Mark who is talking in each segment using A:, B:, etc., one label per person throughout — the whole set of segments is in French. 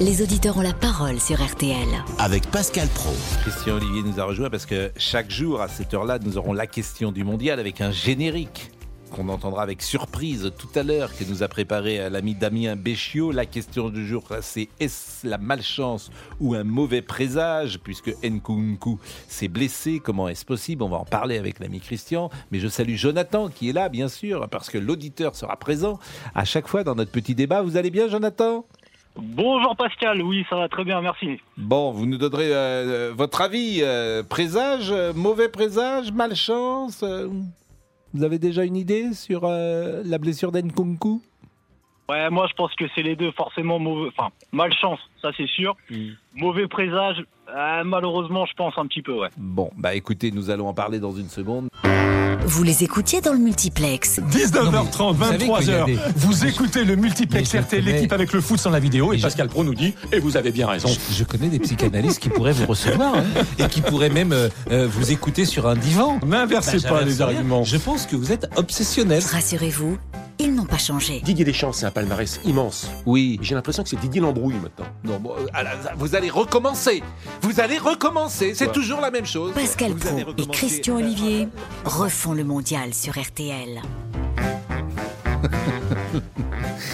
A: les auditeurs ont la parole sur RTL.
B: avec Pascal Pro.
C: Christian Olivier nous a rejoint parce que chaque jour à cette heure-là, nous aurons la question du mondial avec un générique qu'on entendra avec surprise tout à l'heure que nous a préparé euh, l'ami Damien Béchiot. La question du jour, c'est est-ce la malchance ou un mauvais présage puisque Nkunku s'est blessé Comment est-ce possible On va en parler avec l'ami Christian. Mais je salue Jonathan qui est là, bien sûr, parce que l'auditeur sera présent à chaque fois dans notre petit débat. Vous allez bien, Jonathan
D: Bonjour Pascal, oui, ça va très bien, merci.
C: Bon, vous nous donnerez euh, votre avis. euh, présage, euh, mauvais présage, malchance euh, Vous avez déjà une idée sur euh, la blessure d'Enkunku
D: Ouais, moi je pense que c'est les deux, forcément mauvais, enfin malchance, ça c'est sûr. Mauvais présage, euh, malheureusement je pense un petit peu, ouais.
C: Bon, bah écoutez, nous allons en parler dans une seconde.
A: Vous les écoutiez dans le multiplex.
E: 19h30,
F: savez qu'il y a
E: 23h.
F: des-
E: Vous écoutez le multiplex
F: Mais je
E: RT,
F: connais-
E: l'équipe avec le foot sans la vidéo.
F: Mais
E: Et
F: je-
E: Pascal Pro nous dit, et vous avez bien raison.
F: Je, je connais des psychanalystes qui pourraient vous recevoir hein, et qui pourraient même euh, euh, vous écouter sur un divan.
E: N'inversez
F: Bah,
E: pas
F: j'inverse
E: les
F: rien.
E: arguments.
F: Je pense que vous êtes obsessionnel.
A: Rassurez-vous, ils n'ont pas changé.
G: Didier Deschamps, c'est un palmarès immense.
C: Oui,
G: Et J'ai l'impression que c'est Didier l'embrouille maintenant.
C: non, bon, euh, alors, vous allez recommencer. Vous allez recommencer, c'est
G: Ouais.
C: toujours la même chose.
A: Pascal
C: Vous
A: Pro
C: allez
A: et
C: recommencer.
A: Christian Olivier refont le mondial sur RTL.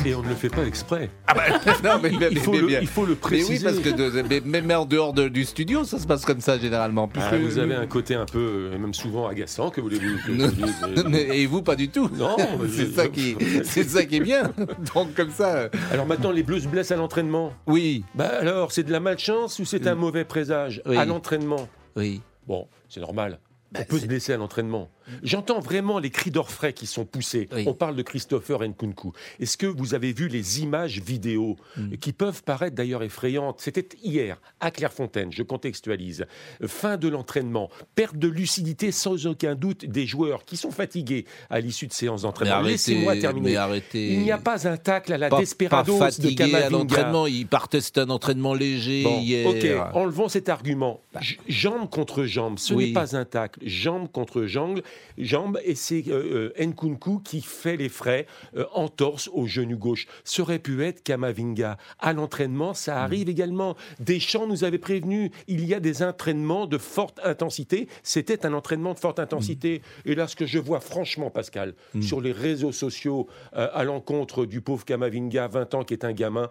G: Et on ne le fait pas exprès.
C: Ah bah, non, mais, mais-
G: Il faut,
C: mais
G: le,
C: bien.
G: il faut le
C: Mais oui,
G: préciser.
C: parce que de- mais même en dehors de- du studio, ça se passe comme ça généralement.
G: Ah,
C: puisque-
G: vous avez un côté un peu, euh, même souvent agaçant, que voulez-vous que je vous dise,
C: Mais-
G: euh,
C: Et vous, pas du tout.
G: Non, mais
C: c'est
G: je-
C: ça qui, c'est ça qui est bien. Donc comme ça,
G: Alors maintenant, les Bleus se blessent à l'entraînement.
C: oui,
G: Bah alors, c'est de la malchance ou c'est un mauvais présage
C: Oui.
G: À l'entraînement.
C: oui.
G: Bon, c'est normal.
C: Bah,
G: On peut se blesser à l'entraînement. J'entends vraiment les cris d'orfraie qui sont poussés.
F: Oui.
G: On parle de Christopher Nkunku. Est-ce que vous avez vu les images vidéo
C: Hmm.
F: Mm.
G: qui peuvent paraître d'ailleurs effrayantes C'était hier à Clairefontaine, je contextualise. Fin de l'entraînement, perte de lucidité sans aucun doute des joueurs qui sont fatigués à l'issue de séances d'entraînement. Laissez-moi terminer.
C: arrêtez.
G: Il n'y a pas un tacle à la
C: Pas-
G: Desperados
C: pas
G: de
C: fatigué à
G: Camavinga.
C: l'entraînement. Il partait, c'était un entraînement léger
G: Bon,
C: hier. Bah.
G: Ok, enlevons cet argument. J- Jambe contre jambe, ce
C: Oui.
G: n'est pas un tacle. Jambe contre jambe, jambe et c'est euh, euh, Nkunku qui fait les frais euh, en torse au genou gauche. Ça aurait pu être Kamavinga. À l'entraînement,
C: Mm.
G: ça arrive également. Deschamps nous avait prévenu, il y a des entraînements de forte intensité. C'était un entraînement de forte intensité.
C: Mm.
G: Et là, ce que je vois franchement, Pascal, sur les réseaux sociaux euh, à l'encontre du pauvre Kamavinga, 20 ans, qui est un gamin,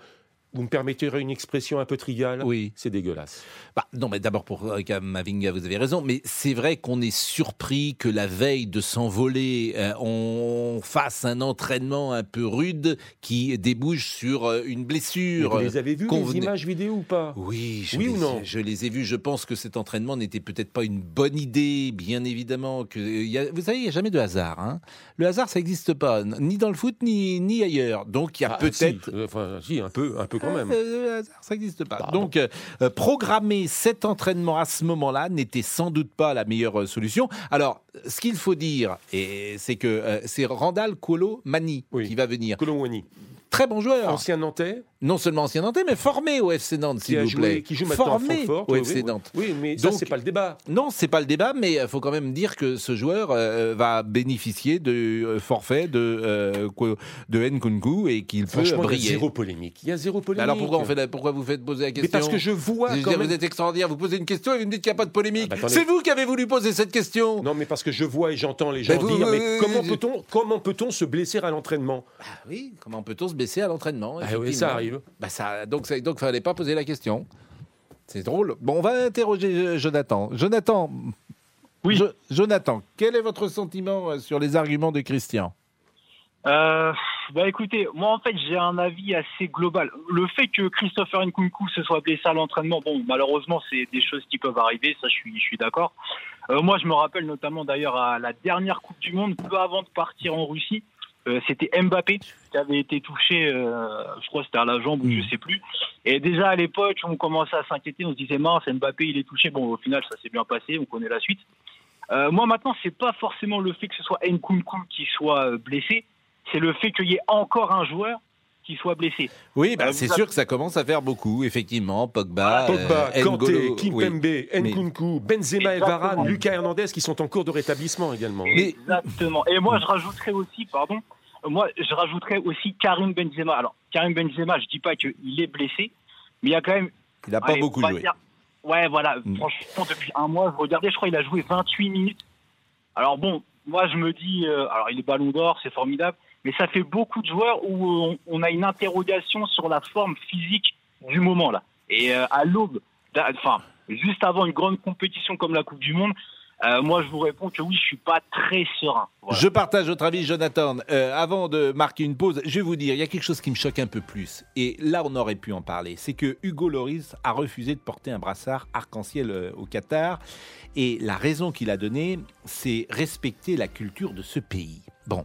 G: vous me permettrez une expression un peu triviale
C: Oui.
G: C'est dégueulasse.
C: Bah, non, mais d'abord pour euh, Kamavinga, vous avez raison. Mais c'est vrai qu'on est surpris que la veille de s'envoler, euh, on fasse un entraînement un peu rude qui débouche sur euh, une
G: Mais
C: blessure.
G: vous les avez vus,
C: convenez-
G: les images vidéo ou pas
C: Oui, je,
G: Oui
C: les,
G: ou non
C: je les ai vus. Je pense que cet entraînement n'était peut-être pas une bonne idée, bien évidemment. Que, il y a- vous savez, il n'y a jamais de hasard. hein. Le hasard, ça n'existe pas, n- ni dans le foot, ni, ni ailleurs. Donc, il y a
G: Ah,
C: peut-être...
G: si, euh, Enfin, si, un peu, un peu quand même.
C: Euh, le hasard, ça n'existe pas.
G: Bah,
C: Donc, euh, euh, programmer cet entraînement à ce moment-là n'était sans doute pas la meilleure euh, solution. Alors, ce qu'il faut dire, et c'est que euh, c'est Randall Kolo Mani
G: Oui.
C: qui va venir.
G: Colomwani,
C: Très bon joueur
G: ancien Nantais,
C: non seulement ancien Nantais, mais formé au FC Nantes,
G: qui,
C: s'il
G: a
C: vous plaît.
G: joué, qui joue maintenant à
C: formé
G: Francfort.
C: au
G: oui,
C: FC
G: oui, oui.
C: Nantes.
G: Oui, mais ça,
C: Donc-
G: c'est pas le débat.
C: Non, c'est pas le débat, mais il faut quand même dire que ce joueur euh, va bénéficier du euh, forfait de, euh, Ko- de Nkunku et qu'il peut
G: Franchement, il y a
C: briller.
G: zéro polémique. Il y a zéro
C: Mais
G: polémique.
C: Alors pourquoi, on fait la- pourquoi vous faites poser la question
G: Mais parce que je vois
C: Je veux
G: quand
C: dire,
G: même...
C: Vous êtes extraordinaire, vous posez une question et vous me dites qu'il n'y a pas de polémique.
G: Ah bah, attendez.
C: c'est vous qui avez voulu poser cette question
G: Non, mais parce que je vois et j'entends les gens
C: vous-
G: dire,
C: vous-
G: mais comment
C: vous-
G: peut-on comment peut-on se blesser à l'entraînement
C: Ah Oui, comment peut-on se baisser à l'entraînement
G: Ah oui,
C: effectivement.
G: ça arrive.
C: Bah, ça, donc il ne fallait pas poser la question. C'est drôle. Bon, on va interroger euh, Jonathan. Jonathan,
D: Oui.
C: Jo- Jonathan, quel est votre sentiment euh, sur les arguments de Christian
D: Euh, bah écoutez, moi en fait j'ai un avis assez global. Le fait que Christopher Nkunku se soit blessé à l'entraînement, bon malheureusement c'est des choses qui peuvent arriver, ça je suis, je suis d'accord. Euh, moi je me rappelle notamment d'ailleurs à la dernière Coupe du Monde, peu avant de partir en Russie, euh, c'était Mbappé qui avait été touché, euh, je crois que c'était à la jambe ou je sais plus. Et déjà à l'époque on commençait à s'inquiéter, on se disait mince Mbappé il est touché, bon au final ça s'est bien passé, on connaît la suite. Euh, moi maintenant c'est pas forcément le fait que ce soit Nkunku qui soit euh, blessé c'est le fait qu'il y ait encore un joueur qui soit blessé.
C: Oui,
G: Euh,
D: bah,
C: c'est
D: vous-
C: sûr que ça commence à faire beaucoup, effectivement. Pogba,
G: Ah, Pogba,
C: euh, N'Golo,
G: Kanté,
C: oui.
G: Kimpembe, Nkunku, Benzema et
D: Exactement.
G: Varane, Lucas Hernandez qui sont en cours de rétablissement également.
C: Mais-
D: Exactement. Et moi, je rajouterais aussi, pardon, moi, je rajouterais aussi Karim Benzema. Alors, Karim Benzema, je dis pas qu'il est blessé, Mais il y a quand même.
C: Il n'a pas
D: allez,
C: beaucoup
D: on va
C: joué.
D: dire- ouais, voilà.
C: Mm.
D: Franchement, depuis un mois, je regardais, je crois qu'il a joué 28 minutes. Alors bon, moi, je me dis. euh, alors, il est ballon d'or, c'est formidable. Mais ça fait beaucoup de joueurs où euh, on, on a une interrogation sur la forme physique du moment, là. Et euh, à l'aube, d'un- enfin, juste avant une grande compétition comme la Coupe du Monde, euh, moi, je vous réponds que oui, je suis pas très serein. Voilà.
C: Je partage votre avis, Jonathan. Euh, avant de marquer une pause, je vais vous dire, il y a quelque chose qui me choque un peu plus. Et là, on aurait pu en parler. C'est que Hugo Loris a refusé de porter un brassard arc-en-ciel euh, au Qatar. Et la raison qu'il a donnée, c'est respecter la culture de ce pays. Bon,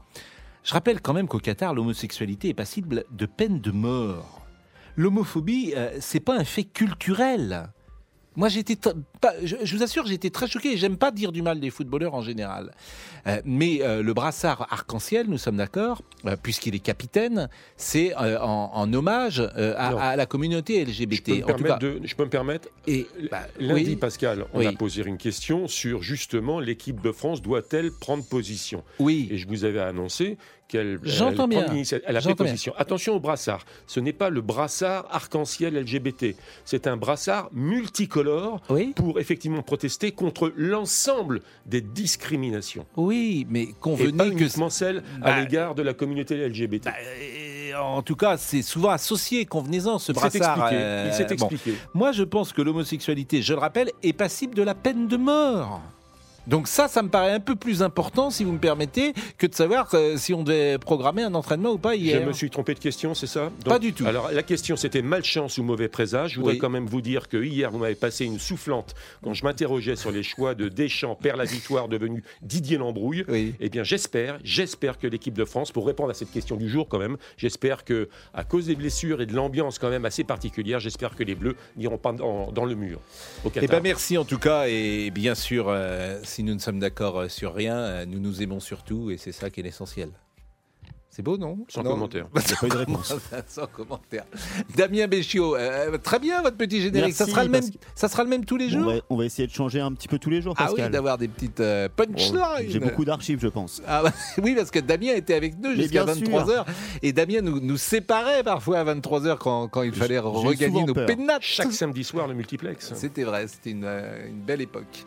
C: je rappelle quand même qu'au Qatar, l'homosexualité est passible de peine de mort. L'homophobie, euh, c'est pas un fait culturel. Moi, j'étais, t- pas- je, je vous assure, j'étais très choqué. J'aime pas dire du mal des footballeurs en général. Euh, mais euh, le brassard arc-en-ciel, nous sommes d'accord, euh, puisqu'il est capitaine, c'est euh, en, en hommage euh,
G: Non.
C: à, à la communauté
G: Je peux,
C: LGBT.
G: me
C: En tout cas,
G: permettre de- je peux me permettre
C: et bah,
G: Lundi,
C: oui,
G: Pascal, on
C: Oui.
G: a posé une question sur justement l'équipe de France doit-elle prendre position
C: oui.
G: Et je vous avais annoncé qu'elle elle
C: J'entends
G: prend
C: bien.
G: l'initiative- elle a pris
C: J'entends bien.
G: position. Attention au brassard. Ce n'est pas le brassard arc-en-ciel LGBT. C'est un brassard multicolore
C: Oui,
G: pour effectivement protester contre l'ensemble des discriminations.
C: oui, mais
G: Et pas
C: convenez que
G: uniquement celles
C: Bah,
G: à l'égard de la communauté LGBT.
C: Bah, euh, en tout cas, c'est souvent associé, convenez-en, ce
G: il s'est
C: brassard.
G: expliqué.
C: euh,
G: il s'est
C: bon.
G: expliqué.
C: Moi, je pense que l'homosexualité, je le rappelle, est passible de la peine de mort. Donc ça, ça me paraît un peu plus important, si vous me permettez, que de savoir euh, si on devait programmer un entraînement ou pas hier.
G: Je me suis trompé de question, c'est ça Donc,
C: Pas du tout.
G: Alors la question c'était malchance ou mauvais présage. Je voudrais
C: Oui.
G: quand même vous dire que hier vous m'avez passé une soufflante quand je m'interrogeais sur les choix de Deschamps, Père la Victoire devenu Didier Lambrouille.
C: Oui.
G: Eh bien j'espère, j'espère que l'équipe de France, pour répondre à cette question du jour quand même, j'espère que à cause des blessures et de l'ambiance quand même assez particulière, j'espère que les Bleus n'iront pas dans, dans le mur. Au
C: Eh
G: Qatar.
C: ben merci en tout cas et bien sûr euh, si nous ne sommes d'accord euh, sur rien euh, nous nous aimons surtout et c'est ça qui est l'essentiel. C'est beau non
G: Sans
C: Non
G: commentaire.
C: Sans
E: pas eu de réponse.
C: commentaire, Sans commentaire. Damien Béchiot, euh, très bien votre petit générique. ça
B: Merci,
C: sera le même.
B: Pascal.
C: Ça sera le même tous les jours.
B: On va, on va essayer de changer un petit peu tous les jours,
C: ah oui,
B: Pascal.
C: d'avoir des petites euh, punchlines.
B: J'ai beaucoup d'archives, je pense.
C: Ah bah, oui, parce que Damien était avec nous
B: Mais
C: jusqu'à
B: bien sûr.
C: 23h. Et Damien nous, nous séparait parfois à 23h quand, quand il fallait
B: souvent
C: regagner nos
B: peur.
C: pénates.
G: Chaque samedi soir le multiplex.
C: C'était vrai, c'était une, euh, une belle époque.